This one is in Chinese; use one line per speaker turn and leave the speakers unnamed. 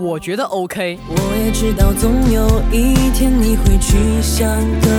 我觉得 OK。
我也知道总有一天你会去想个